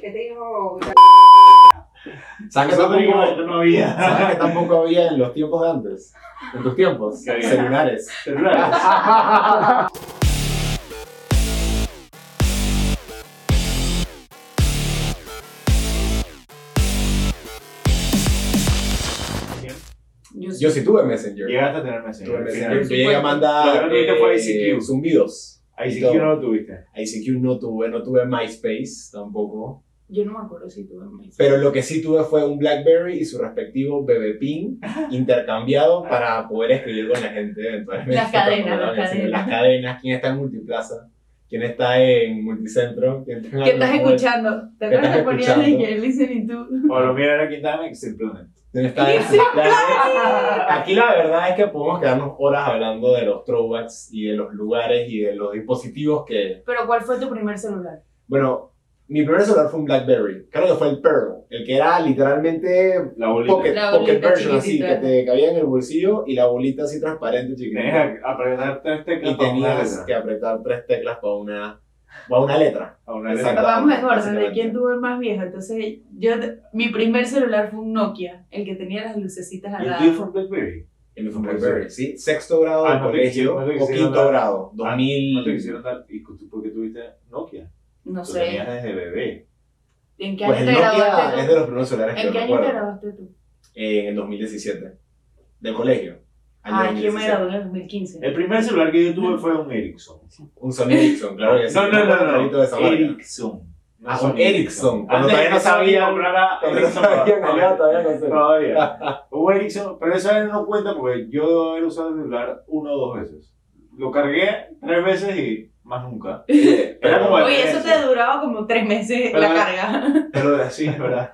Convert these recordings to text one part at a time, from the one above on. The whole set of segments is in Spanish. que te dijo? ¿Sabes que Eso tampoco, no, no había. sabes que tampoco había en los tiempos de antes? En tus tiempos, ¿Qué había? celulares. Celulares. Yo sí tuve Messenger. Llegaste a tener Messenger. Tuve al Messenger. final. Yo llegué a Lo que mandar eh, no tuviste fue ICQ. zumbidos. Ahí sí Y todo. que no lo tuviste. ICQ no tuve, no tuve MySpace tampoco. Yo no me acuerdo si tuve MySpace. Pero lo que sí tuve fue un BlackBerry y su respectivo BBPing intercambiado para poder escribir con la gente eventualmente. Las cadenas, Cuando las la vecina, cadenas. las cadenas. ¿Quién está en Multiplaza? ¿Quién está en Multicentro? ¿Quién está en ¿Qué estás Alcamol? escuchando? ¿Te ¿Qué acuerdas estás que ponían escuchando? de que listening to? O lo mío era Quintana que se Planet. ¿Quién está en- Sí, La- Aquí la verdad es que podemos quedarnos horas hablando de los throwbacks y de los lugares y de los dispositivos que... Pero ¿cuál fue tu primer celular? Bueno, mi primer celular fue un BlackBerry. Creo que fue el Pearl, el que era literalmente La bolita. pocket, La pocket bolita version así, que chiquitita. te cabía en el bolsillo y la bolita así transparente chiquitita. Tenías que apretar tres Y teclas para una tenías letra. que apretar tres teclas para una, para una letra. A una Exacto. letra. Vamos en orden, de Básicamente. quién tuvo el más viejo. Entonces, yo, mi primer celular fue un Nokia, el que tenía las lucecitas al ¿Y el lado. tuyo fue Blackberry? En fue un BlackBerry, BlackBerry. ¿sí? Sexto grado Ah, del no te colegio quisieron- no te o quisieron quinto dar- Ah, grado, No te 2000... quisieron dar. ¿Y tú por qué tuviste Nokia? No Tú sé. tenías desde bebé. ¿En qué año Pues el te Nokia es graduaste de tú? los primeros celulares que ¿En yo qué año te recuerdo. graduaste tú? en el 2017, del colegio. Año Ah, yo me 2017. gradué en el 2015. El primer celular que yo tuve fue un Ericsson. Un Sony Ericsson, claro que sí. No, no, no, no. Carrito de esa marca. Ericsson. No Ah, son con Ericsson. Cuando Antes todavía no que Sony sabían- comprara Cuando Ericsson todavía para- no, todavía no sé. Todavía. Hubo Ericsson, pero eso no cuenta porque yo he usado el celular una o dos veces. Lo cargué tres veces y más nunca. Eh, Era como el- Oye, eso te duraba como tres meses Pero- la carga. Pero así es verdad.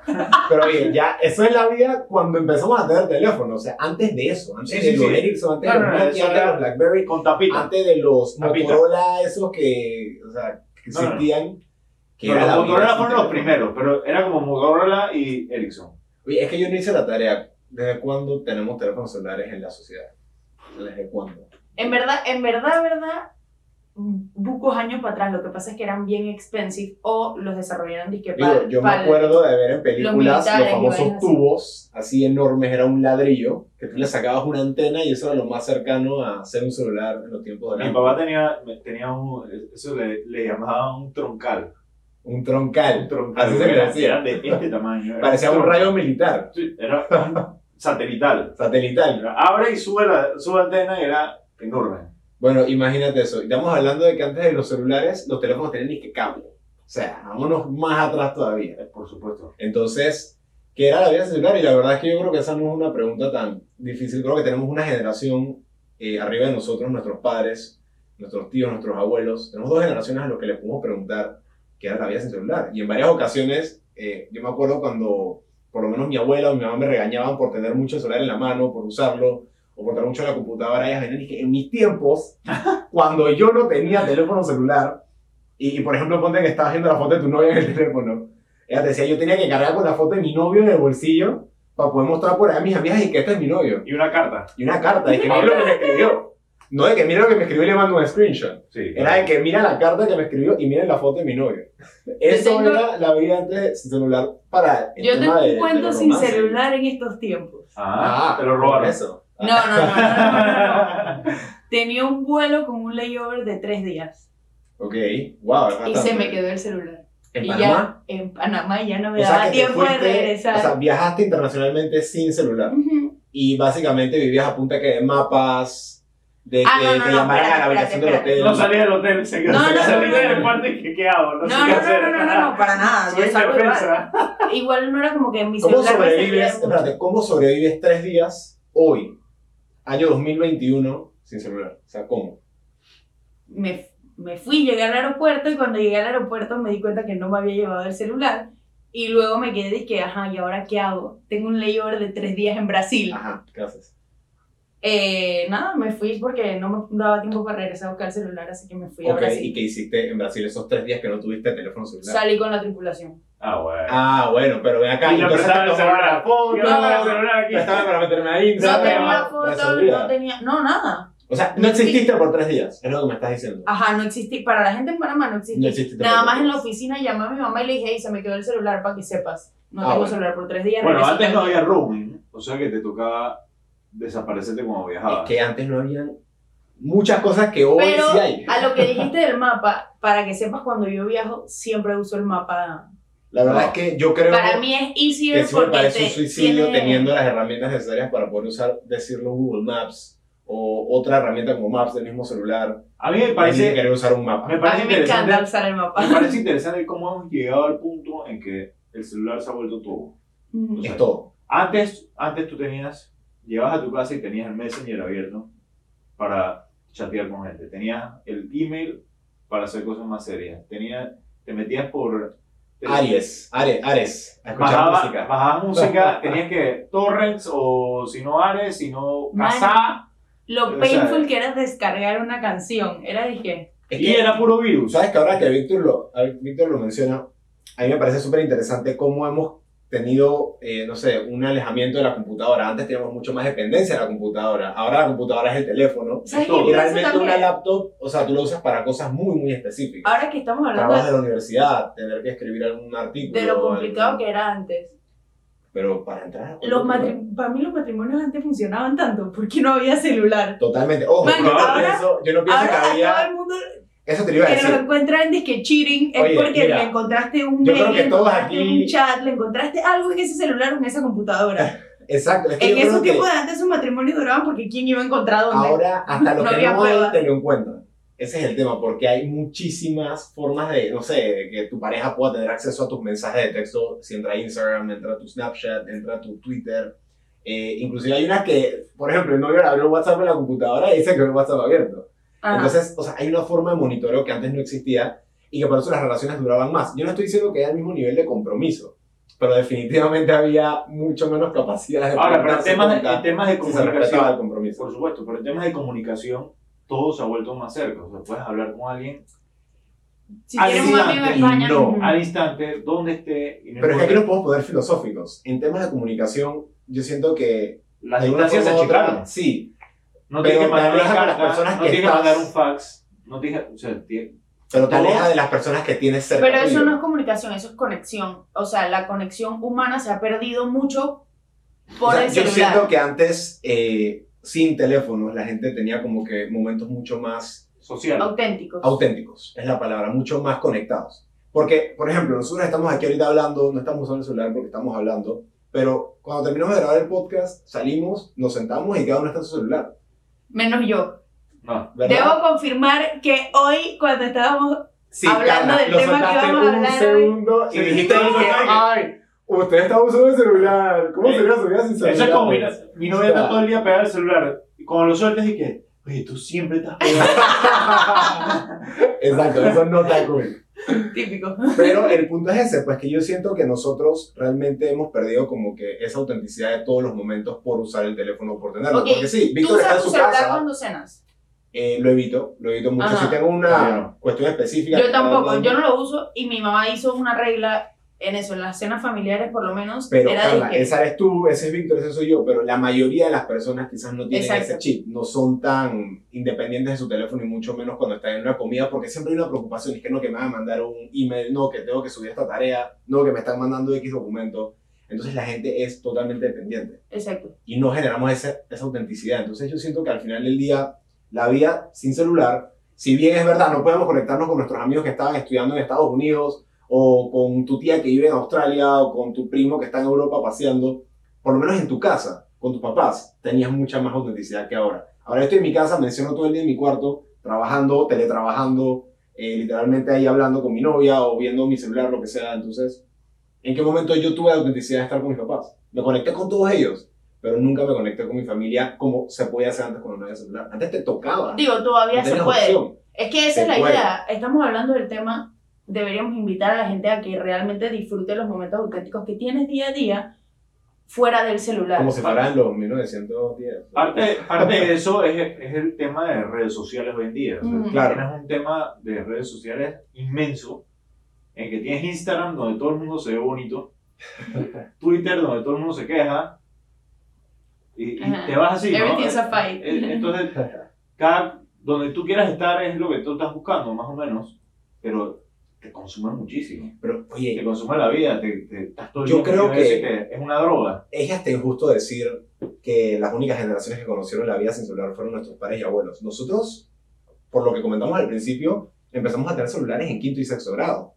Pero oye, ya, eso es la vida cuando empezamos a tener teléfono. O sea, antes de eso, antes Sí, sí, de los sí. Ericsson, antes No, de no, los no, Nokia, eso antes de era- los Blackberry, Con tapita. antes de los Tapita. Motorola, esos que, o sea, que No, no, no. existían. Que No, era los la vida Motorola sin fueron los teléfono. primeros, pero era como Motorola y Ericsson. Oye, es que yo no hice la tarea. ¿Desde cuándo tenemos teléfonos celulares en la sociedad? ¿Desde cuándo? En verdad, en verdad, verdad, bucos años para atrás. Lo que pasa es que eran bien expensive o los desarrollaron disque Digo, para. yo me acuerdo de ver en películas los, militares y famosos vainas así. tubos así enormes, era un ladrillo que tú le sacabas una antena y eso era lo más cercano a ser un celular en los tiempos de Mi antes. papá tenía, tenía un, eso le, le llamaban un troncal. Un Un troncal. troncal. Así se le Era- decía. era de este tamaño. era Parecía un troncal. rayo militar, Sí, Era un satelital. satelital. Era- abre y sube la, sube la antena y era enorme. Bueno, imagínate eso. Estamos hablando de que antes de los celulares, los teléfonos tenían ni que cable. O sea, vámonos más atrás todavía. Eh, Por supuesto. Entonces, ¿qué era la vida celular? Y la verdad es que yo creo que esa no es una pregunta tan difícil. Creo que tenemos una generación eh, arriba de nosotros, nuestros padres, nuestros tíos, nuestros abuelos. Tenemos dos generaciones a los que les podemos preguntar qué era la vida sin celular. Y en varias ocasiones, eh, yo me acuerdo cuando por lo menos mi abuela o mi mamá me regañaban por tener mucho el celular en la mano, por usarlo, o por tener mucho la computadora. Ellas venían y dije, en mis tiempos, cuando yo no tenía teléfono celular, y, y por ejemplo, ponte que estabas viendo la foto de tu novia en el teléfono, ella te decía, yo tenía que cargar con la foto de mi novio en el bolsillo para poder mostrar por ahí a mis amigas y que este es mi novio. Y una carta. Y una carta de que mira lo que me escribió. No de que mira lo que me escribió y le mando un screenshot. Sí. Era de que mira la carta que me escribió y miren la foto de mi novio. Eso tengo- era la vida antes de sin celular para el Yo te este tema de- de cuento los sin romances. celular en estos tiempos. Ah, Ah, te lo robaron. Eso. Ah, No, no, no, no, no, no, no. Tenía un vuelo con un layover de tres días Ok, wow. es y bastante. se me quedó el celular. En y Panamá. ya en Panamá ya no me o sea, daba que te tiempo fuiste, de regresar. o sea, viajaste internacionalmente sin celular Ujú. y básicamente vivías a punta que de mapas, de Ah, que no, no, te no, llamaran a la espérate, habitación del espérate. hotel. No salí del hotel, se quedó No, se no, salí no, no, del no. cuarto y que, ¿qué hago? No, No, sé no, qué no, hacer. no, no, no, no, para nada. Soy Yo salgo igual. indefensa. Igual no era como que en mi ¿Cómo celular me servía sobrevives, mucho. espérate, ¿Cómo sobrevives tres días hoy, año 2021, sin celular? O sea, ¿cómo? me, me fui, llegué al aeropuerto y cuando llegué al aeropuerto me di cuenta que no me había llevado el celular. Y luego me quedé y que, ajá, ¿y ahora qué hago? Tengo un layover de tres días en Brasil. Ajá, ¿qué haces? Eh, nada, me fui porque no me daba tiempo para regresar a buscar el celular, así que me fui a Ok, ¿y Brasil. qué hiciste en Brasil esos tres días que no tuviste teléfono celular? Salí con la tripulación. Ah, bueno. ah, bueno, pero ven acá. Y le entonces prestaba te el tomaron celular. la foto, Yo no tengo el celular aquí. prestaba para meterme a No Instagram. tenía fotos, resolvida. no tenía... No, nada. O sea, no exististe por tres días, es lo que me estás diciendo. Ajá, no existí. Para la gente en Panamá no existí. No exististe Nada por más en tres la oficina llamé a mi mamá y le dije, "Ey, se me quedó el celular para que sepas. No Ah, tengo bueno. celular por tres días. Bueno, regresé antes no también". había roaming, o sea que te tocaba desaparecerte cuando días. viajabas. Es que antes no habían muchas cosas que hoy Pero sí hay. A lo que dijiste del mapa, para que sepas, cuando yo viajo siempre uso el mapa. La verdad No. es que yo creo Para que mí es easier sí me porque parece te un suicidio tiene- teniendo las herramientas necesarias para poder usar, decirlo, Google Maps o otra herramienta como Maps del mismo celular. A mí me Parece que parece, querer usar un mapa. me A parece mí me encanta interesante, usar el mapa. me parece interesante cómo hemos llegado al punto en que el celular se ha vuelto todo. Ujú. Es todo. Antes, antes tú tenías, llegabas a tu casa y tenías el Messenger abierto para chatear con gente. Tenías el email para hacer cosas más serias. Tenías, te metías por... te- Aries, Aries, Ares. A escuchar Bajaba música. bajabas música, tenías que Torrents o si no Ares, si no Kazaa, Lo O sea, painful que era descargar una canción. Era dije, Es y que- era puro virus. Sabes que ahora que Víctor lo, a- Víctor lo menciona, a mí me parece súper interesante cómo hemos tenido, eh, no sé, un alejamiento de la computadora. Antes teníamos mucho más dependencia de la computadora. Ahora la computadora es el teléfono. ¿sabes todo. qué Y Y pienso realmente también? una laptop, o sea, tú la usas para cosas muy, muy específicas. Ahora que estamos hablando Trabajos de, de la universidad, tener que escribir algún artículo. de lo complicado algún- que era antes. Pero para entrar... Los matri- Para mí los matrimonios antes funcionaban tanto porque no había celular. Totalmente. Ojo, Mano, yo, no ahora- pienso, yo no pienso que Ahora había... todo el mundo Eso te lo iba a que nos decir. encuentra en disque cheating es Oye, porque mira, le encontraste un yo mail, creo que le todos encontraste aquí- un chat, le encontraste algo en ese celular o en esa computadora. Exacto. es que en yo creo esos que- tiempos de antes sus matrimonios duraban porque quién iba a encontrar dónde. Ahora, hasta lo No que había no hay, pruebas. te lo encuentran. Ese es el tema, porque hay muchísimas formas de, no sé, de que tu pareja pueda tener acceso a tus mensajes de texto. Si entra a Instagram, entra a tu Snapchat, entra a tu Twitter. Eh, inclusive hay unas que, por ejemplo, el novio le abrió WhatsApp en la computadora y dice que el WhatsApp abierto. Ajá. Entonces, o sea, hay una forma de monitoreo que antes no existía y que por eso las relaciones duraban más. Yo no estoy diciendo que haya el mismo nivel de compromiso, pero definitivamente había mucho menos capacidad de Ahora, pero en darse temas, de, cuenta en temas de si se respetaba el comunicación, compromiso. por supuesto, pero en temas de comunicación, todo se ha vuelto más cerca. O sea, puedes hablar con alguien si tienes un amigo en Alicante, España, no. ujú. al instante, donde esté. y no Pero es que aquí importa. nos podemos poner filosóficos. En temas de comunicación, yo siento que. las de alguna distancias se forma u otra, achicaron. Sí, No tienes pero que te mandar alejas una con las carta, personas no que tienes que estás- mandar un fax, no tienes que... O sea, tie- pero te ¿Cómo? aleja de las personas que tienes cerca. Pero eso tuyo. no es comunicación, eso es conexión. O sea, la conexión humana se ha perdido mucho por O sea, el Yo celular. siento que antes, eh, sin teléfonos, la gente tenía como que momentos mucho más social. Auténticos. auténticos, es la palabra, mucho más conectados. Porque, por ejemplo, nosotros estamos aquí ahorita hablando, no estamos usando el celular porque estamos hablando, pero cuando terminamos de grabar el podcast, salimos, nos sentamos y cada uno está en su celular. Menos yo. No. ¿verdad? Debo confirmar que hoy, cuando estábamos Sí, Hablando del lo tema que soltaste vamos a un hablar Ah. segundo y hoy. dijiste Sí. eso, ay, usted está usando el celular. ¿Cómo Eh, sería su vida sin celular? Eso es como mi, pues. mi novia Claro. está todo el día pegada al celular. Y cuando lo sueltas y que, oye, tú siempre estás pegada. Exacto, eso no está cool. típico. Pero el punto es ese, pues que yo siento que nosotros realmente hemos perdido como que esa autenticidad de todos los momentos por usar el teléfono, por tenerlo. Ok, Porque sí, ¿Tú Víctor está en usas tu su celular casa, cuando cenas? eh, lo evito, lo evito mucho. Ajá. Si tengo Claro. una cuestión específica. que Yo estar tampoco, hablando- yo no lo uso y mi mamá hizo una regla en eso, en las cenas familiares por lo menos. Pero era de Carla, que- esa eres tú, ese es Víctor, ese soy yo, pero la mayoría de las personas quizás no tienen Exacto. ese chip, no son tan independientes de su teléfono y mucho menos cuando están en una comida, porque siempre hay una preocupación, es que no, que me van a mandar un email, no, que tengo que subir esta tarea, no, que me están mandando X documento. Entonces la gente es totalmente dependiente Exacto. y no generamos esa, esa autenticidad. Entonces yo siento que al final del día, la vida sin celular, si bien es verdad, no podemos conectarnos con nuestros amigos que estaban estudiando en Estados Unidos, o con tu tía que vive en Australia, o con tu primo que está en Europa paseando, por lo menos en tu casa, con tus papás, tenías mucha más autenticidad que ahora. Ahora estoy en mi casa, menciono todo el día en mi cuarto, trabajando, teletrabajando, eh, literalmente ahí hablando con mi novia o viendo mi celular, lo que sea. Entonces, ¿en qué momento yo tuve la autenticidad de estar con mis papás? Me conecté con todos ellos, pero nunca me conecté con mi familia como se podía hacer antes cuando no había celular. Antes te tocaba. Digo, no todavía se tenías puede. opción. Es que esa Se es la puede. idea. Estamos hablando del tema, deberíamos invitar a la gente a que realmente disfrute los momentos auténticos que tienes día a día fuera del celular. Como si fueran los 1910. parte, parte de eso es, es el tema de redes sociales hoy en día. O sea, Mm. Claro. Tienes un tema de redes sociales inmenso, en que tienes Instagram donde todo el mundo se ve bonito, Twitter donde todo el mundo se queja, y, y Ajá. te vas así, ¿no? Everything's a fight. Eh, Entonces, cada, donde tú quieras estar es lo que tú estás buscando, más o menos, pero te consume muchísimo. Pero, Te oye, consume la vida, te, te- estás todo el Yo día creo metido en que- eso y te- es una droga. es hasta injusto decir que las únicas generaciones que conocieron la vida sin celular fueron nuestros padres y abuelos. Nosotros, por lo que comentamos al principio, empezamos a tener celulares en quinto y sexto grado.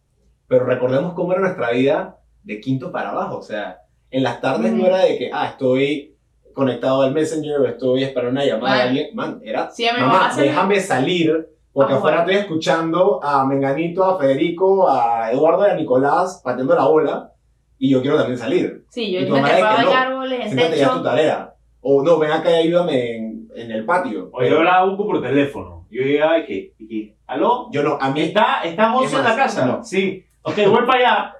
Pero recordemos cómo era nuestra vida de quinto para abajo. O sea, en las tardes no Ujú. era de que, ah, estoy conectado al Messenger, estoy esperando una llamada de Vale. alguien. Man, era Sí, a mi mamá, Mamá, se le- déjame salir, porque Ah, afuera bueno. estoy escuchando a Menganito, a Federico, a Eduardo y a Nicolás pateando la bola, y yo quiero también salir. Sí, y yo tu me mamá de trepaba que en no. árboles, en Siéntate ya tu techo. tarea. O no, ven acá y ayúdame en, en el patio. O yo hablaba un poco por teléfono. Yo llegaba y que, y que, ¿aló? Yo no, a mí, ¿Está, ¿Estás José en la más? casa? No. Sí. Ok, voy para allá.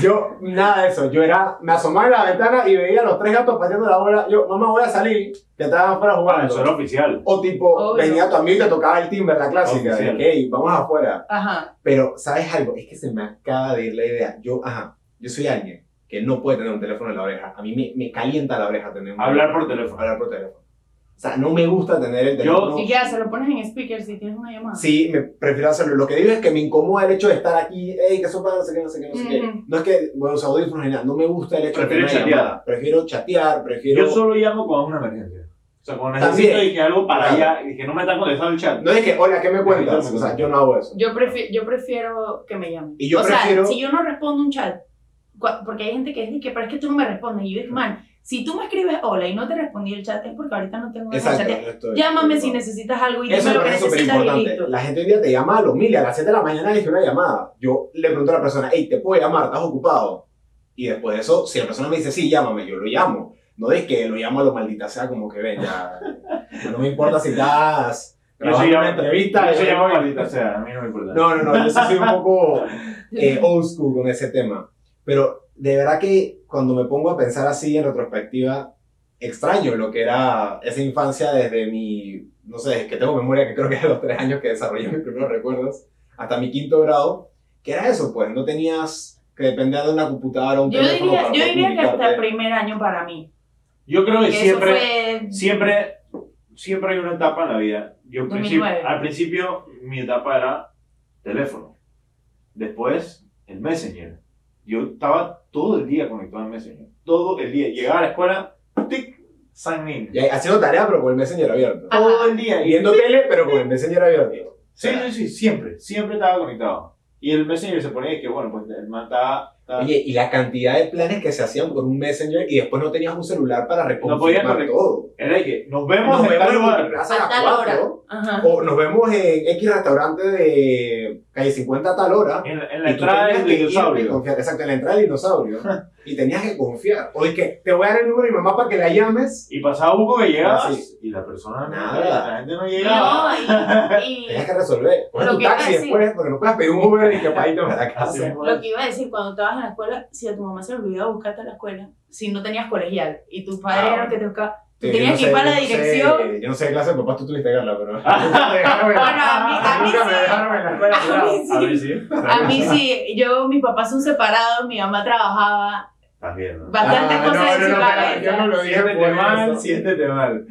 yo, nada de eso. Yo era, me asomaba a la ventana y veía a los tres gatos pateando la bola. Yo, mamá, voy a salir, que estaban afuera Bueno, Ah, eso jugando. era oficial. O tipo, Obvio. venía tu amigo y te tocaba el timbre, la clásica. Oficial. de que, "Ey, vamos afuera. Ajá. Pero, ¿sabes algo? Es que se me acaba de ir la idea. Yo, ajá, yo soy alguien que no puede tener un teléfono en la oreja. A mí me, me calienta la oreja tener un Hablar por teléfono. Hablar por teléfono. O sea, no me gusta tener el Yo- teléfono. ¿Y qué haces? ¿Lo pones en speaker si tienes una llamada? Sí, me prefiero hacerlo. Lo que digo es que me incomoda el hecho de estar aquí, ey, que sopa, no sé qué, no sé qué, no sé qué. Ujú. No es que, bueno, los audífonos ni nada. No me gusta el hecho Prefiero de tener una chatear. llamada. Prefiero chatear, prefiero... Yo solo llamo cuando es una emergencia. O sea, cuando También. necesito y que algo para Claro. allá y que no me están contestando el chat. No es que, hola, ¿qué me cuentas? O sea, yo no hago eso. Yo, prefi- yo prefiero que me llamen. Y yo o prefiero- sea, si yo no respondo un chat, cua- porque hay gente que dice que, pero es que tú no me respondes. Y yo digo, man, si tú me escribes hola y no te respondí el chat, es porque ahorita no tengo ganas de Exacto. chatear. yo estoy- Llámame si necesitas algo y Eso dime me lo que parece súper necesitas y importante. listo. La gente hoy día te llama a los miles, a las 7 de la mañana le hice una llamada. Yo le pregunto a la persona, hey, ¿te puedo llamar? ¿Estás ocupado? Y después de eso, si la persona me dice, sí, llámame, yo lo llamo. No es que lo llamo a lo maldita sea, como que ven, ya. No me importa si estás grabando llamo- una entrevista. Yo se yo- llamo maldita sea, a mí no me importa. No, no, no, yo sí soy un poco eh, old school con ese tema. Pero de verdad que cuando me pongo a pensar así en retrospectiva, extraño lo que era esa infancia desde mi, no sé, desde que tengo memoria, que creo que es de los tres años que desarrollé mis primeros recuerdos, hasta mi quinto grado, que era eso, pues no tenías que depender de una computadora o un Yo teléfono diría, para yo poder diría que hasta el comunicarte. primer año para mí. Yo creo que Que siempre... eso fue... siempre, siempre hay una etapa en la vida. Yo al 2009. principio- al principio mi etapa era teléfono, después el Messenger. Yo estaba todo el día conectado al Messenger, todo el día. Llegaba a la escuela, tic, sign in. Y ahí, haciendo tarea, pero con el Messenger abierto. Ah. Todo el día. Y- Viendo tele, pero con el Messenger abierto. Sí, sí, sí, siempre, siempre estaba conectado. Y el Messenger se ponía que, bueno, pues el man estaba... estaba- Oye, y la cantidad de planes que se hacían por un Messenger y después no tenías un celular para podías reconfirmar conect- todo. Era de que nos vemos nos en vemos tal en lugar. plaza a a las tal hora. 4 Ajá. o nos vemos en X restaurante de calle 50 a tal hora. En, la- en la y tú entrada tenías del que ir y dinosaurio. confiar. Exacto, en la entrada del dinosaurio. y tenías que confiar. O es que te voy a dar el número de mi mamá para que la llames. Y pasaba Hugo que llegaba Así. y la persona Ah, Nada. la gente no llegaba. No, y, y Tenías que resolver. Coge Lo tu que iba a taxi decir. después, porque no puedes pedir un Uber y que para irte para la Así casa. es. lo que iba a decir, cuando estabas en la escuela, si a tu mamá se le olvidaba buscarte a la escuela, si no tenías colegial y tus padres Ah, eran los que te buscaban, Sí, Tenías yo que ir para la yo sé- dirección. yo no sé qué clase de papás tú tuviste, Carla, pero. nunca Bueno, a mí- a me dejaron en- mí nunca me sí. dejaron en la escuela. A mí cuidado. sí. A ver si. A mí sí, yo, mis papás son separados, mi mamá trabajaba, Estás viendo. bastantes Ah, cosas ¿eh? no, en no, su no, espera, cabeza. yo no lo dije Siéntete por mal, eso. siéntete mal.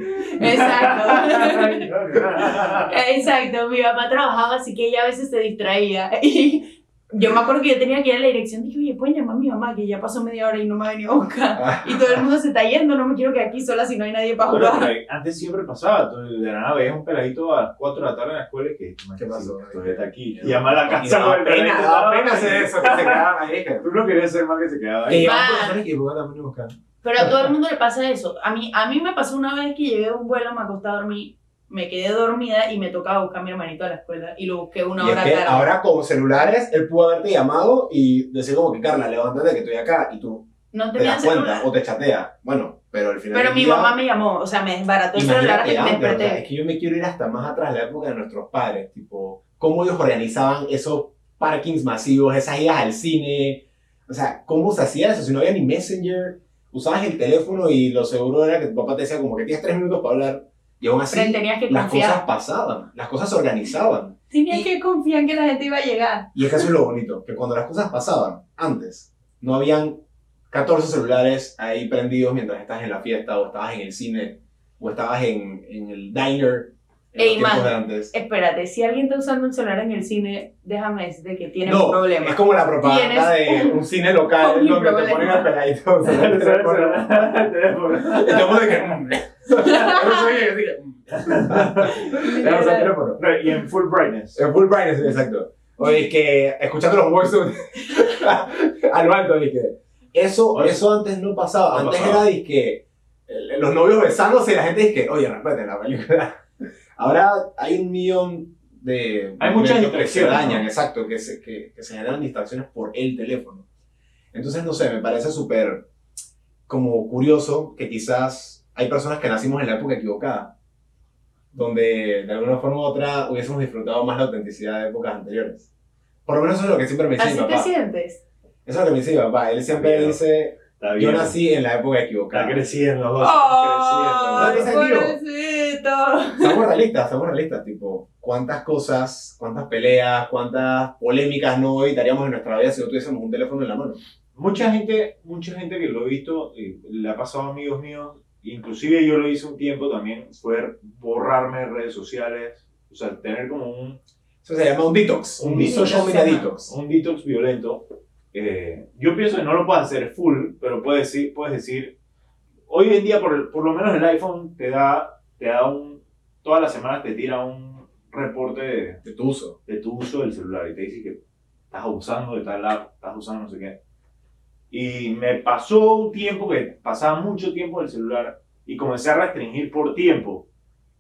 Exacto. Ay, no, Exacto, mi mamá trabajaba, así que ella a veces se distraía. Y yo me acuerdo que yo tenía que ir a la dirección, dije, oye, pueden llamar a mi mamá, que ya pasó media hora y no me ha venido a buscar. Ah. Y todo el mundo se está yendo, no me quiero quedar aquí sola si no hay nadie para Pero, jugar. pero antes siempre pasaba, tú de la nada veías un peladito a las 4 de la tarde en la escuela y que ¿Qué pasó? Todavía está aquí. Y llama a la Y casa daba con el peladito, pena, ¿no? daba pena hacer eso, que se quedaban ahí. que- Tú no querías ser más que se quedaba ahí. Que Va. llegaban por las zonas equivocadas también a buscar. Pero a todo el mundo le pasa eso. A mí, a mí me pasó una vez que llegué a un vuelo, me acosté a dormir, me quedé dormida y me tocaba buscar a mi hermanito a la escuela y lo busqué una y es hora que tarde. ahora con celulares, él pudo haberte llamado y decir como que Carla, levántate que estoy acá y tú no te tenía das cuenta celular. o te chatea. Bueno, pero al final Pero del mi día, mamá me llamó, o sea, me desbarató el celular hasta imagínate que me antes, o sea, desperté. es que yo me quiero ir hasta más atrás, la época de nuestros padres, tipo, cómo ellos organizaban esos parkings masivos, esas idas al cine, o sea, cómo se hacía eso, si no había ni Messenger, usabas el teléfono y lo seguro era que tu papá te decía como que tienes tres minutos para hablar y aún así Pero tenías que las confiar. cosas pasaban, las cosas se organizaban. Tenías y- que confiar en que la gente iba a llegar. Y es que eso es lo bonito, que cuando las cosas pasaban, antes, no habían 14 celulares ahí prendidos mientras estás en la fiesta, o estabas en el cine, o estabas en, en el diner, en Ey, los tiempos man. de antes. Espérate, si alguien está usando un celular en el cine, déjame decirte que tiene un No, problema. es como la propaganda Tienes de un cine local un donde te problema. ponen al peladito. o sea, el teléfono. Teléfono. Y todo el mundo de que... mm. Eso oye, así que, mm. Déjame usar el teléfono. No, Y en full brightness. En Eh, full brightness, exacto. O es que escuchando los voices al alto, dije. Eso, Oye. eso antes no pasaba. No antes pasaba. era disque el- los novios besándose y la gente dice, oye, respeten la película. Ahora hay un millón de Hay muchas momentos que distracciones, se dañan, ¿no? exacto, que se, que, que se generan distracciones por el teléfono. Entonces, no sé, me parece súper como curioso que quizás hay personas que nacimos en la época equivocada donde de alguna forma u otra hubiésemos disfrutado más la autenticidad de épocas anteriores. Por lo menos eso es lo que siempre me dice Así mi te papá. Eso sientes. es lo que me dice mi papá. Él siempre Mira. dice, Está yo bien. nací en la época equivocada. Está creciendo, vos. Oh, ¡Ay, ¿no? Está creciendo. pobrecito! Estamos realistas, estamos realistas. Tipo, ¿cuántas cosas, cuántas peleas, cuántas polémicas no evitaríamos en nuestra vida si no tuviésemos un teléfono en la mano? Mucha gente, mucha gente que lo he visto, eh, le ha pasado a amigos míos, inclusive yo lo hice un tiempo también, fue borrarme de redes sociales, o sea, tener como un, Eso se llama un detox, un, Un detox, social media ajá. detox. un detox violento. Eh, yo pienso que no lo puedes hacer full, pero puedes decir, puedes decir hoy en día por, el- por lo menos el iPhone te da, te da un, todas las semanas te tira un reporte de, De tu uso. de tu uso del celular y te dice que estás abusando de tal app, estás usando no sé qué. Y me pasó un tiempo que pasaba mucho tiempo en el celular y comencé a restringir por tiempo.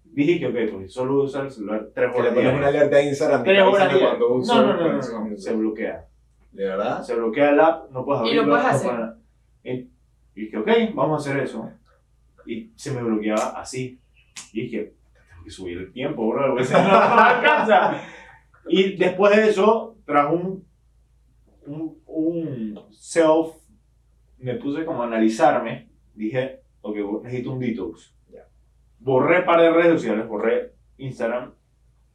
Dije que, ok, pues solo voy a usar el celular tres Que le horas pones diarias. una alerta a Instagram te Tres horas avisan diarias. cuando uso. No, no, no, cuando no, uso. no, se bloquea. ¿De verdad? Se bloquea el app, no puedes Y lo abrirlo. puedes no hacer. nada. Y y dije, ok, vamos a hacer eso. Y se me bloqueaba así. Y dije, tengo que subir el tiempo, bro, porque si no, no me alcanza. Y después de eso, tras un, un, un self, me puse como a analizarme. Dije, ok, necesito un detox. Ya. Borré par de redes sociales, borré Instagram,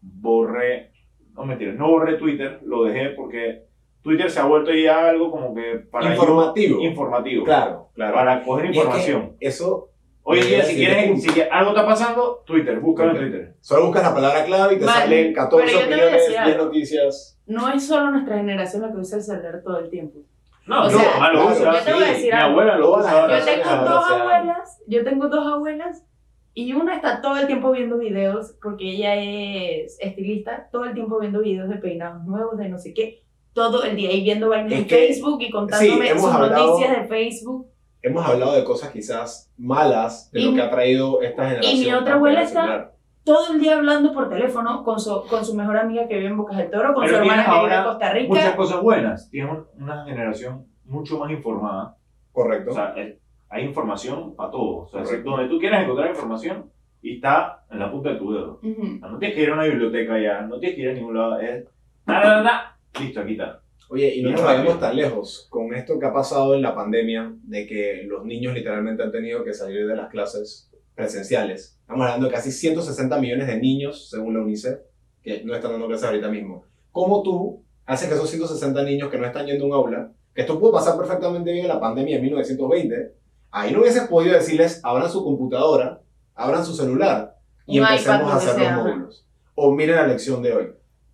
borré, no mentira, no borré Twitter, lo dejé porque Twitter se ha vuelto ya algo como que para Informativo. informativo, Claro, claro. para coger Y es que información. eso Hoy en día, si Sí, quieres, sí. si quieres- algo está pasando, Twitter, búscalo en Twitter. Twitter. Solo buscas la palabra clave y te Vale, salen 14 pero yo te voy a opiniones, decir 10 algo. noticias. No es solo nuestra generación la que usa el celular todo el tiempo. No, O no, sea, mamá lo claro, usa. yo te voy a sí, decir Mi algo. abuela lo Yo usa. Yo ahora, tengo ahora, dos o sea, abuelas, yo tengo dos abuelas y una está todo el tiempo viendo videos porque ella es estilista, todo el tiempo viendo videos de peinados nuevos, de no sé qué, todo el día y viendo vainas Es en que- Facebook y contándome hemos sus hablado- noticias de Facebook. Hemos hablado de cosas quizás malas de Y lo mi- que ha traído esta generación. mi otra tan abuela particular. Todo el día hablando por teléfono con su, con su mejor amiga que vive en Bocas del Toro, con Pero su hermana tienes que vive en ahora Costa Rica. Muchas cosas buenas. Tiene un- una generación mucho más informada. Correcto. O sea, es- hay información para todos. O sea, si- Correcto. donde tú quieras encontrar información y está en la punta de tu dedo. Ujú. O sea, No tienes que ir a una biblioteca ya, no tienes que ir a ningún lado. Es. na, na, na, na, Listo, aquí está. Oye, y no y nos rápido. vayamos tan lejos con esto que ha pasado en la pandemia, de que los niños literalmente han tenido que salir de las clases presenciales. Estamos hablando de casi 160 millones de niños, según la UNICEF, que no están dando clases ahorita mismo. ¿Cómo tú haces que esos 160 niños que no están yendo a un aula, que esto pudo pasar perfectamente bien en la pandemia de 1920, ahí no hubieses podido decirles, abran su computadora, abran su celular y Un iPad, empecemos a lo que hacer sea, los ajá. módulos? O miren la lección de hoy.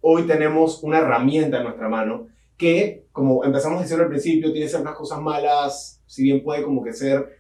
Hoy tenemos una herramienta en nuestra mano que, como empezamos diciendo al principio, tiene ciertas cosas malas, si bien puede como que ser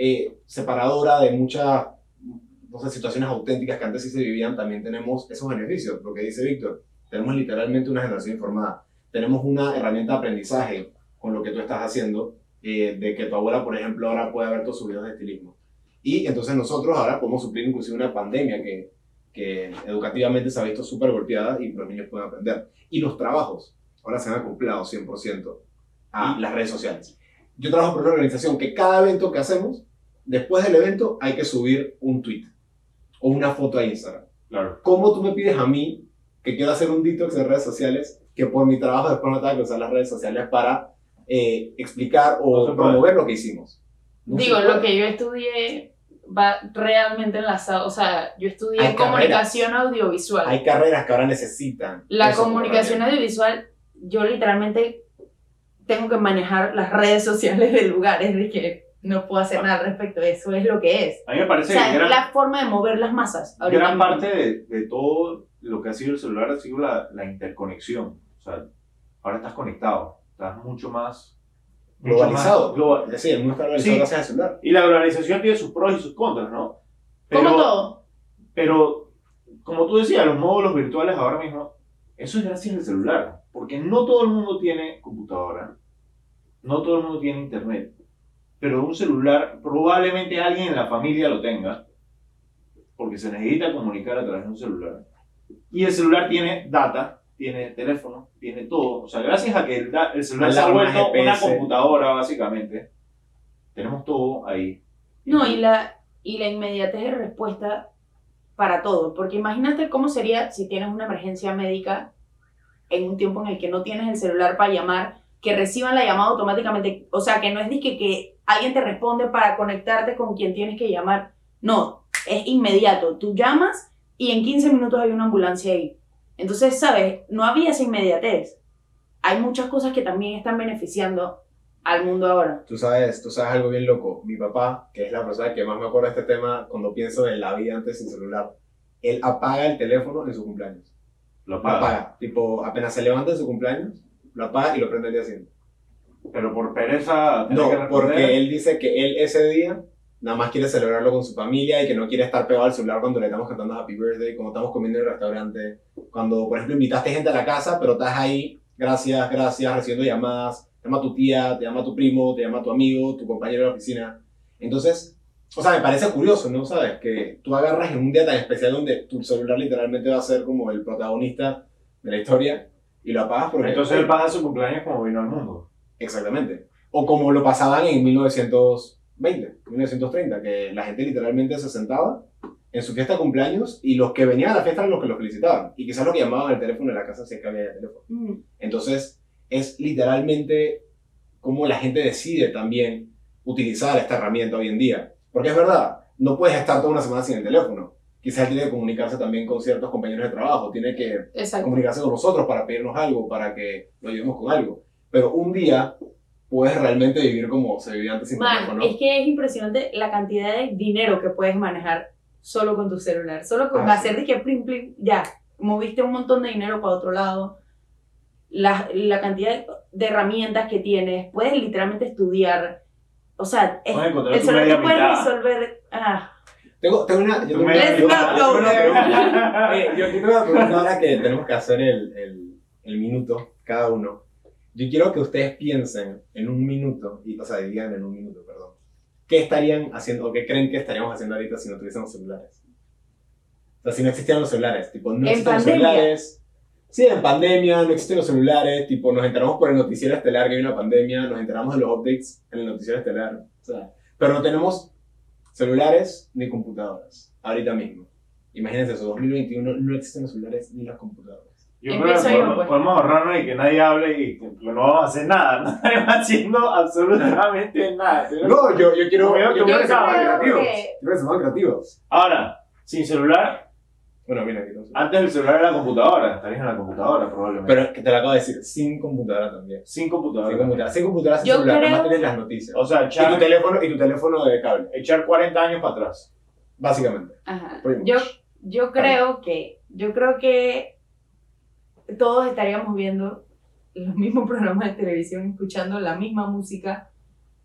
eh, separadora de muchas, no sé, situaciones auténticas que antes sí se vivían, también tenemos esos beneficios, lo que dice Víctor, tenemos literalmente una generación informada, tenemos una herramienta de aprendizaje con lo que tú estás haciendo, eh, de que tu abuela, por ejemplo, ahora puede ver todos sus videos de estilismo. Y entonces nosotros ahora podemos suplir inclusive una pandemia que, que educativamente se ha visto súper golpeada y los niños pueden aprender. Y los trabajos ahora se han acoplado 100% a Y- las redes sociales. Yo trabajo por una organización que cada evento que hacemos, después del evento hay que subir un tweet o una foto a Instagram. Claro. ¿Cómo tú me pides a mí que quiero hacer un detox en redes sociales que por mi trabajo después no tenga que usar las redes sociales para eh, explicar o No se puede. promover lo que hicimos? No se Digo, puede. lo que yo estudié va realmente enlazado, o sea, yo estudié Hay carreras. comunicación audiovisual. Hay carreras que ahora necesitan. La eso como comunicación herramienta. audiovisual, yo literalmente tengo que manejar las redes sociales del lugar, es de que no puedo hacer nada al respecto, eso es lo que es. A mí me O parece sea, que es gran, la forma de mover las masas. ahorita gran mismo. parte de, de todo lo que ha sido el celular ha sido la, la interconexión. O sea, ahora estás conectado, estás mucho más... mucho más Globalizado. global- Es decir, el mundo está globalizado Sí. gracias al celular. Y la globalización tiene sus pros y sus contras, ¿no? Como todo. Pero, como tú decías, los módulos virtuales ahora mismo, eso es gracias al celular. Porque no todo el mundo tiene computadora, no todo el mundo tiene internet. Pero un celular, probablemente alguien en la familia lo tenga, porque se necesita comunicar a través de un celular. Y el celular tiene data, tiene teléfono, tiene todo. O sea, gracias a que el, da- el celular se ha Alarmas, vuelto una GPS. computadora, básicamente, tenemos todo ahí. No, y la, y la inmediatez de respuesta para todo. Porque imagínate cómo sería si tienes una emergencia médica en un tiempo en el que no tienes el celular para llamar, que reciban la llamada automáticamente. O sea, que no es disque que alguien te responde para conectarte con quien tienes que llamar. No, es inmediato. Tú llamas y en 15 minutos hay una ambulancia ahí. Entonces, ¿sabes? No había esa inmediatez. Hay muchas cosas que también están beneficiando al mundo ahora. Tú sabes, tú sabes algo bien loco. Mi papá, que es la persona que más me acuerda de este tema cuando pienso en la vida antes sin celular, él apaga el teléfono en su cumpleaños. Lo Lo apaga. apaga. Tipo, apenas se levanta en su cumpleaños, lo apaga y lo prende el día siguiente. Pero por pereza. tiene que No, responder. porque él dice que él ese día nada más quiere celebrarlo con su familia y que no quiere estar pegado al celular cuando le estamos cantando Happy Birthday, cuando estamos comiendo en el restaurante, cuando, por ejemplo, invitaste gente a la casa, pero estás ahí, gracias, gracias, recibiendo llamadas, te llama tu tía, te llama tu primo, te llama tu amigo, tu compañero de la oficina. Entonces, o sea, me parece curioso, ¿no? ¿Sabes? Que tú agarras en un día tan especial donde tu celular literalmente va a ser como el protagonista de la historia y lo apagas porque... Entonces él pasa su cumpleaños como vino al mundo. Exactamente. O como lo pasaban en 1920, 1930, que la gente literalmente se sentaba en su fiesta de cumpleaños y los que venían a la fiesta eran los que los felicitaban. Y quizás los que llamaban al teléfono de la casa si es que había teléfono. Entonces, es literalmente cómo la gente decide también utilizar esta herramienta hoy en día. Porque es verdad, no puedes estar toda una semana sin el teléfono. Quizás tiene que comunicarse también con ciertos compañeros de trabajo, tiene que Exacto. comunicarse con nosotros para pedirnos algo, para que lo ayudemos con algo. Pero un día puedes realmente vivir como se vivía antes sin Man, teléfono. es que es impresionante la cantidad de dinero que puedes manejar solo con tu celular. Solo con Ah, hacer sí. de que plim, plim, ya, moviste un montón de dinero para otro lado. La, la cantidad de herramientas que tienes, puedes literalmente estudiar. O sea, Eh, es- Puedes encontrar el tu celular media te puede mitad. resolver. ah, Tengo, tengo una. Yo Tú tengo una, me- Let's yo- not yo go tengo una there. pregunta. Eh, yo tengo una pregunta ahora que tenemos que hacer el, el, el minuto cada uno. Yo quiero que ustedes piensen en un minuto, y, o sea, digan en un minuto, perdón. ¿Qué estarían haciendo o qué creen que estaríamos haciendo ahorita si no tuviésemos celulares? O sea, si no existieran los celulares, tipo, no ¿En existen los pandemia? celulares. Sí, en pandemia, no existen los celulares, tipo, nos enteramos por el noticiero estelar que hay una pandemia, nos enteramos de los updates en el noticiero estelar. O sea, pero no tenemos celulares ni computadoras, ahorita mismo. Imagínense eso, 2021 no existen los celulares ni las computadoras. Yo creo Empiezo que yo, podemos, pues. podemos ahorrarnos y que nadie hable y que que no vamos a hacer nada. No estamos haciendo absolutamente nada. Pero- No, yo, yo quiero, Yo yo quiero que sean pensaba más que- creativos. Yo quiero que sean más creativos. Ahora, sin celular, Bueno, mira, aquí no sé. antes el celular era la computadora. Estarías en la computadora probablemente. Pero es que te lo acabo de decir, sin computadora también. sin Sin computadora. computadora, sin computadora, sin Yo celular, creo- además tienes las noticias. O sea, Y tu echar, teléfono, y tu teléfono de cable, echar 40 años para atrás. básicamente. Ajá. Pretty Yo, much. yo creo que, yo creo que todos estaríamos viendo los mismos programas de televisión, escuchando la misma música.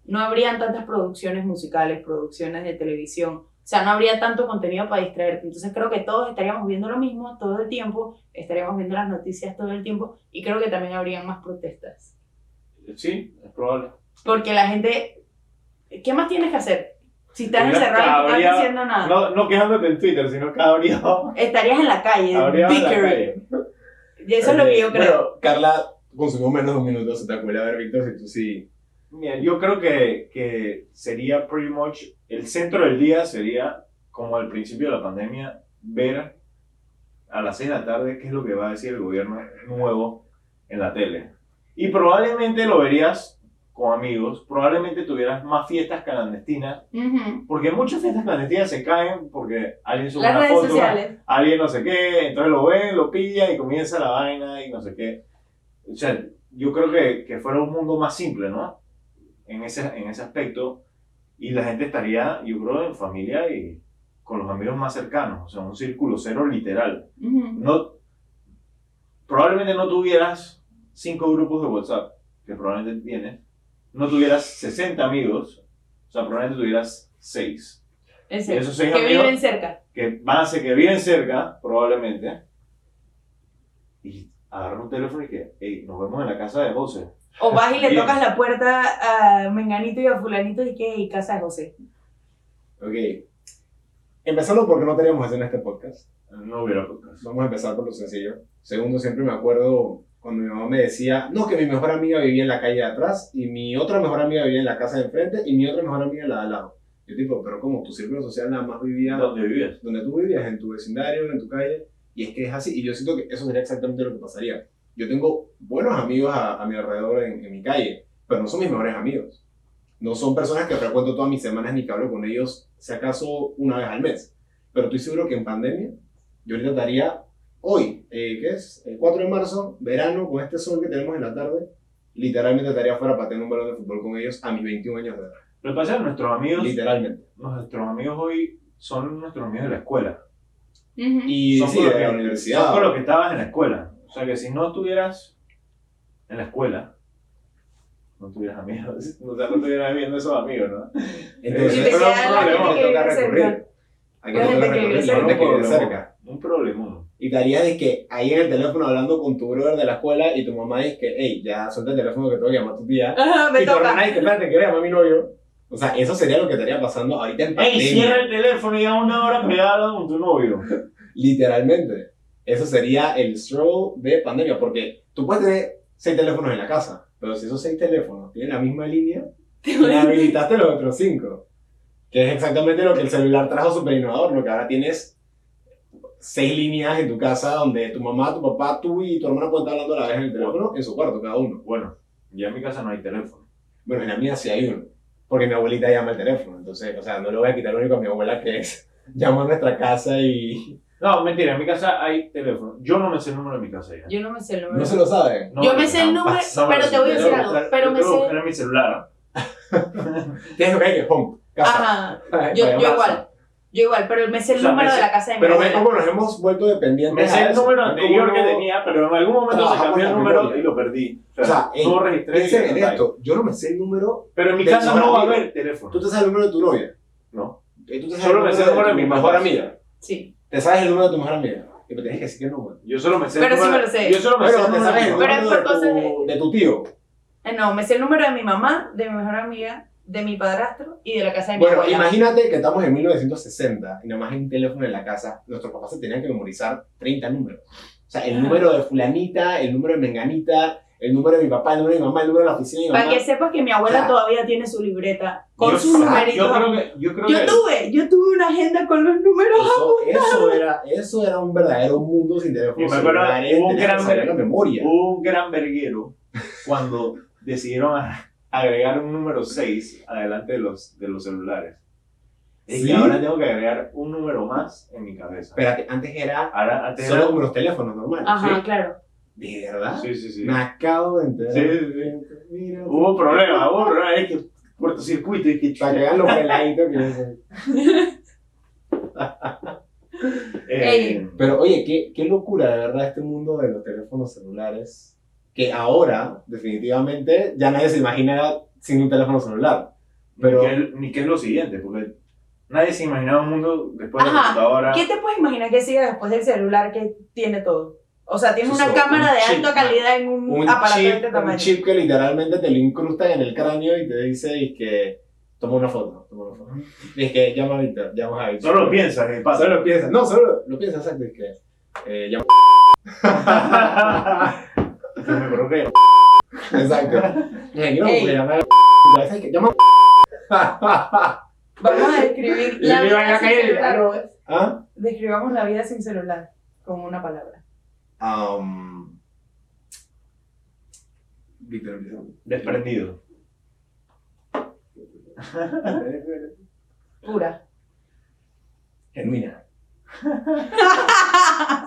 No habrían tantas producciones musicales, producciones de televisión. O sea, no habría tanto contenido para distraerte. Entonces creo que todos estaríamos viendo lo mismo todo el tiempo, estaríamos viendo las noticias todo el tiempo y creo que también habrían más protestas. Sí, es probable. Porque la gente, ¿qué más tienes que hacer? Si estás Mira, encerrado y no habría- estás haciendo nada. No, no quejándote en Twitter, sino que habría, Estarías en la calle, habría en la bickering. calle. Y eso es lo que Eh, yo creo. Bueno, Carla consumió menos de un minuto, se te acumula a ver, Víctor, si tú sí. Mira, yo creo que, que sería pretty much el centro del día sería como al principio de la pandemia ver a las 6 de la tarde qué es lo que va a decir el gobierno nuevo en la tele. Y probablemente lo verías con amigos, probablemente tuvieras más fiestas clandestinas, Ujú. porque muchas fiestas clandestinas se caen porque alguien sube Las una redes foto, sociales. alguien no sé qué, entonces lo ven, lo pilla y comienza la vaina y no sé qué. O sea, yo creo que, que fuera un mundo más simple, ¿no? En ese, en ese aspecto, Y la gente estaría, yo creo, en familia y con los amigos más cercanos, o sea, un círculo cero literal. Ujú. No, probablemente no tuvieras cinco grupos de WhatsApp, que probablemente tienes, no tuvieras 60 amigos, o sea, probablemente tuvieras seis En Y serio. esos seis Que amigos viven cerca. que van a ser que viven cerca, probablemente, y agarran un teléfono y que, hey, nos vemos en la casa de José. O vas y le Bien. tocas la puerta a Menganito y a Fulanito y que y casa de José. Ok. Empezando porque no teníamos eso en este podcast. No hubiera podcast. Vamos a empezar por lo sencillo. Segundo, siempre me acuerdo cuando mi mamá me decía, no, que mi mejor amiga vivía en la calle de atrás y mi otra mejor amiga vivía en la casa de enfrente y mi otra mejor amiga en la de al lado. Yo tipo, pero como tu círculo social nada más vivía ¿Dónde vivías? donde tú vivías, en tu vecindario, en tu calle, y es que es así, y yo siento que eso sería exactamente lo que pasaría. Yo tengo buenos amigos a, a mi alrededor en, en mi calle, pero no son mis mejores amigos. No son personas que frecuento todas mis semanas ni que hablo con ellos, si acaso una vez al mes. Pero estoy seguro que en pandemia, yo ahorita estaría hoy, eh, que es el 4 de marzo, verano, con este sol que tenemos en la tarde, literalmente estaría afuera para tener un balón de fútbol con ellos a mis 21 años de edad. Lo que pasa es que nuestros amigos, Literalmente. nuestros amigos hoy son nuestros amigos de la escuela. Ujú. Y son sí, ah. con los de la que- universidad. Son con los que estabas en la escuela. O sea que si no estuvieras en la escuela, no tuvieras amigos. O sea, no estuvieras viendo esos amigos, ¿no? Entonces, En especial pero la no, gente no, que toca vive recurrir. cerca. Hay La gente tocar que vive recurrir, la cerca. gente que vive cerca. Un problema. Y te haría de que ahí en el teléfono hablando con tu brother de la escuela y tu mamá dice que, hey, ya suelta el teléfono que tengo que llamar a tu tía. Ajá, me y tu hermana toca. dice, espérate, que voy a llamar a mi novio. O sea, eso sería lo que estaría pasando ahorita en Ey, pandemia. cierra el teléfono y a una hora pegada con tu novio. Literalmente. Eso sería el struggle de pandemia, porque tú puedes tener seis teléfonos en la casa, pero si esos seis teléfonos tienen la misma línea, le habilitaste los otros cinco. Que es exactamente lo que el celular trajo super innovador, lo que ahora tienes seis líneas en tu casa donde tu mamá, tu papá, tú y tu hermana pueden estar hablando a la vez en el teléfono en su cuarto, cada uno. Bueno, ya en mi casa no hay teléfono. Bueno, en la mía sí hay uno, porque mi abuelita llama al teléfono, entonces, o sea, no le voy a quitar lo único a mi abuela que es llama a nuestra casa y No, mentira, en mi casa hay teléfono. Yo no me sé el número de mi casa ya. Yo no me sé el no número. se lo saben. No, Yo me sé el número, pasa, pero te voy a no, decir no, algo. Pero me sé. Era mi celular. Tienes lo que hay que home, Ajá. casa. Yo, Vaya, yo casa. igual. Yo igual, pero me sé O el sea, número me de sé- la casa de mi Pero ve abuela. cómo nos hemos vuelto dependientes. Me sé a el eso. número Ve cómo anterior que no- tenía, pero en algún momento se Trabajamos cambió el la número memoria. y lo perdí. O sea, eh, no registré. Piensen en y no está esto, yo no me sé el número, ahí. Pero en mi De casa tu no va a amigo. haber teléfono. tú te sabes el número de tu novia. No. Eh, tú te sabes Solo el me sé el número número de de tu mi mejor papá. amiga. Sí. Te sabes el número de tu mejor amiga. Y me tienes que decir qué número. Yo solo me sé Pero el sí número. me lo sé. Yo solo me sé el Pero te número. sabes de el mi Pero papá. es número por de cosas tu, de tu tío. Eh, No, me sé el número de mi mamá, de mi mejor amiga, de mi padrastro y de la casa de mi Bueno, abuela. imagínate que estamos en 1960 y nada más hay un teléfono en la casa. Nuestros papás se tenían que memorizar 30 números. O sea, el número de fulanita, el número de menganita, el número de mi papá, el número de mi mamá, el número de la oficina de mi Para mamá. que sepas que mi abuela Claro. todavía tiene su libreta con Yo- sus numeritos. Yo creo que. Yo creo Yo que. tuve, yo tuve una agenda con los números. Eso, eso, era, eso era un verdadero mundo sin Y teléfono. me acuerdo, hubo un gran- la memoria. Hubo un gran verguero cuando decidieron a- agregar un número 6 adelante de los, de los celulares. Y ¿Sí? que ahora tengo que agregar un número más en mi cabeza. Espérate, antes era Ahora, antes solo era- como los teléfonos normales. Ajá, sí. claro. ¿De verdad? Sí, sí, sí. Me acabo de enterar. Sí, sí, Uh, sí. Mira, Hubo un problema, hubo un problema. Es que cortocircuito y que para que vean los peladitos que dicen. eh, Ey. Pero oye, qué, qué locura de verdad este mundo de los teléfonos celulares. Que ahora, definitivamente, ya nadie se imagina sin un teléfono celular. Pero- pero, ni, que, es- ni que es lo siguiente, porque nadie se imaginaba un mundo después de la Ajá. computadora. ¿Qué te puedes imaginar que siga después del celular que tiene todo? O sea, tiene Eso una es cámara un de chip, alta calidad en un, Un aparato de chip, este un tamaño. chip que literalmente te lo incrustan en el cráneo y te dice y que toma una foto, toma una foto. Y es que llama a Víctor, llama a Víctor. Solo lo piensas, eh, pasa. Solo lo piensas, no, solo lo piensas, exacto, es que eh, llama Se me bloquea. Exacto. Eh, yo no Ey. voy a llamar a ¿Sabes qué? Llama a Vamos a describir Y la le van a vida sin caer, celular. ¿Ah? Describamos la vida sin celular con una palabra. Um, Víctor, Desprendido. Pura. Genuina.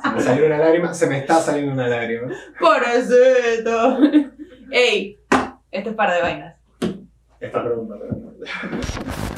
Se me salió una lágrima, se me está saliendo una lágrima. Pobrecito. Ey, esto es par de vainas. Esta pregunta.